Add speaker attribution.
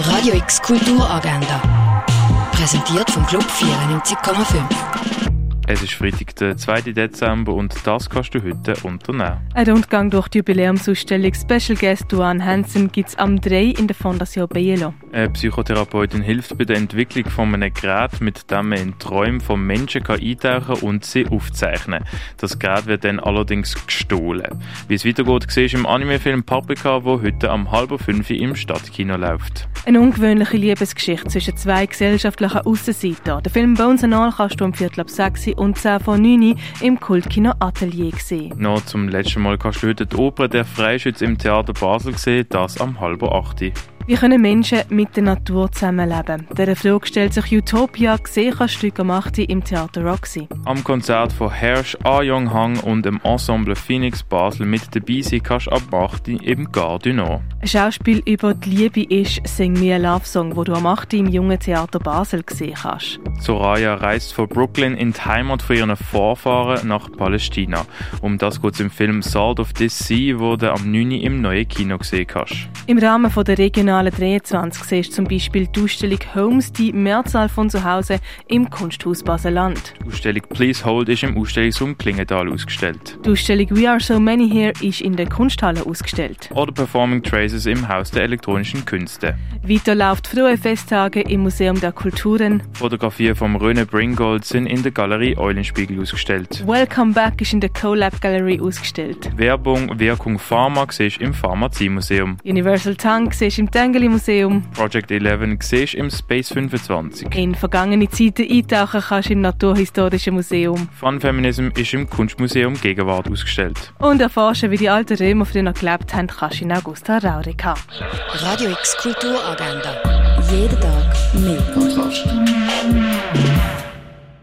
Speaker 1: Radio X Kulturagenda. Präsentiert vom Club 94,5.
Speaker 2: Es ist Freitag, der 2. Dezember und das kannst du heute unternehmen.
Speaker 3: Ein Rundgang durch die Jubiläumsausstellung Special Guest Duane Hansen gibt es am 3 in der Fondation Bielo.
Speaker 2: Eine Psychotherapeutin hilft bei der Entwicklung von einem Gerät, mit dem man in Träume von Menschen kann eintauchen und sie aufzeichnen Das Gerät wird dann allerdings gestohlen. Wie es weitergeht, siehst du im Anime-Film Paprika, wo heute am halb fünf im Stadtkino läuft.
Speaker 3: Eine ungewöhnliche Liebesgeschichte zwischen zwei gesellschaftlichen Aussenseitern. Den Film Bones and All kannst du um Viertel ab 6 und 10 von 9 im Kultkino Atelier gesehen.
Speaker 2: Noch zum letzten Mal kannst du heute die Oper «Der Freischütz» im Theater Basel sehen, das am halb acht.
Speaker 3: Wie können Menschen mit der Natur zusammenleben? Dieser Frage stellt sich Utopia gesehen kannst du am 8 im Theater Roxy.
Speaker 2: Am Konzert von Hersch, A. Jong Hang und dem Ensemble Phoenix Basel mit dabei sein kannst du ab 8 im Garde Nord.
Speaker 3: Ein Schauspiel über die Liebe ist «Sing mir ein Love Song», wo du am 8 im Jungen Theater Basel gesehen kannst.
Speaker 2: Soraya reist von Brooklyn in die Heimat von ihren Vorfahren nach Palästina. Um das geht es im Film «Salt of the Sea», wo du am 9 im neuen Kino gesehen kannst.
Speaker 3: Im Rahmen von der regionalen 23 siehst du zum Beispiel die Ausstellung «Homes», die Mehrzahl von zu Hause im Kunsthaus Basel-Land.
Speaker 2: Die Ausstellung «Please Hold» ist im Ausstellungsraum Klingenthal ausgestellt.
Speaker 3: Die Ausstellung «We Are So Many Here» ist in der Kunsthalle ausgestellt.
Speaker 2: Oder «Performing Traces» im Haus der elektronischen Künste.
Speaker 3: Weiter läuft «Frohe Festtage» im Museum der Kulturen.
Speaker 2: Fotografien vom René Bringold sind in der Galerie Eulenspiegel ausgestellt.
Speaker 3: «Welcome Back» ist in der CoLab Galerie ausgestellt.
Speaker 2: Werbung «Wirkung Pharma» siehst du im Pharmaziemuseum.
Speaker 3: Universal Tank siehst du im Tengeli Museum.
Speaker 2: Project 11 siehst du im Space 25.
Speaker 3: In vergangene Zeiten eintauchen kannst du im Naturhistorischen Museum.
Speaker 2: Fun Feminism ist im Kunstmuseum Gegenwart ausgestellt.
Speaker 3: Und erforschen, wie die alten Römer früher noch gelebt haben, kannst du in Augusta Raurica.
Speaker 1: Radio X Kulturagenda. Jeden Tag mehr.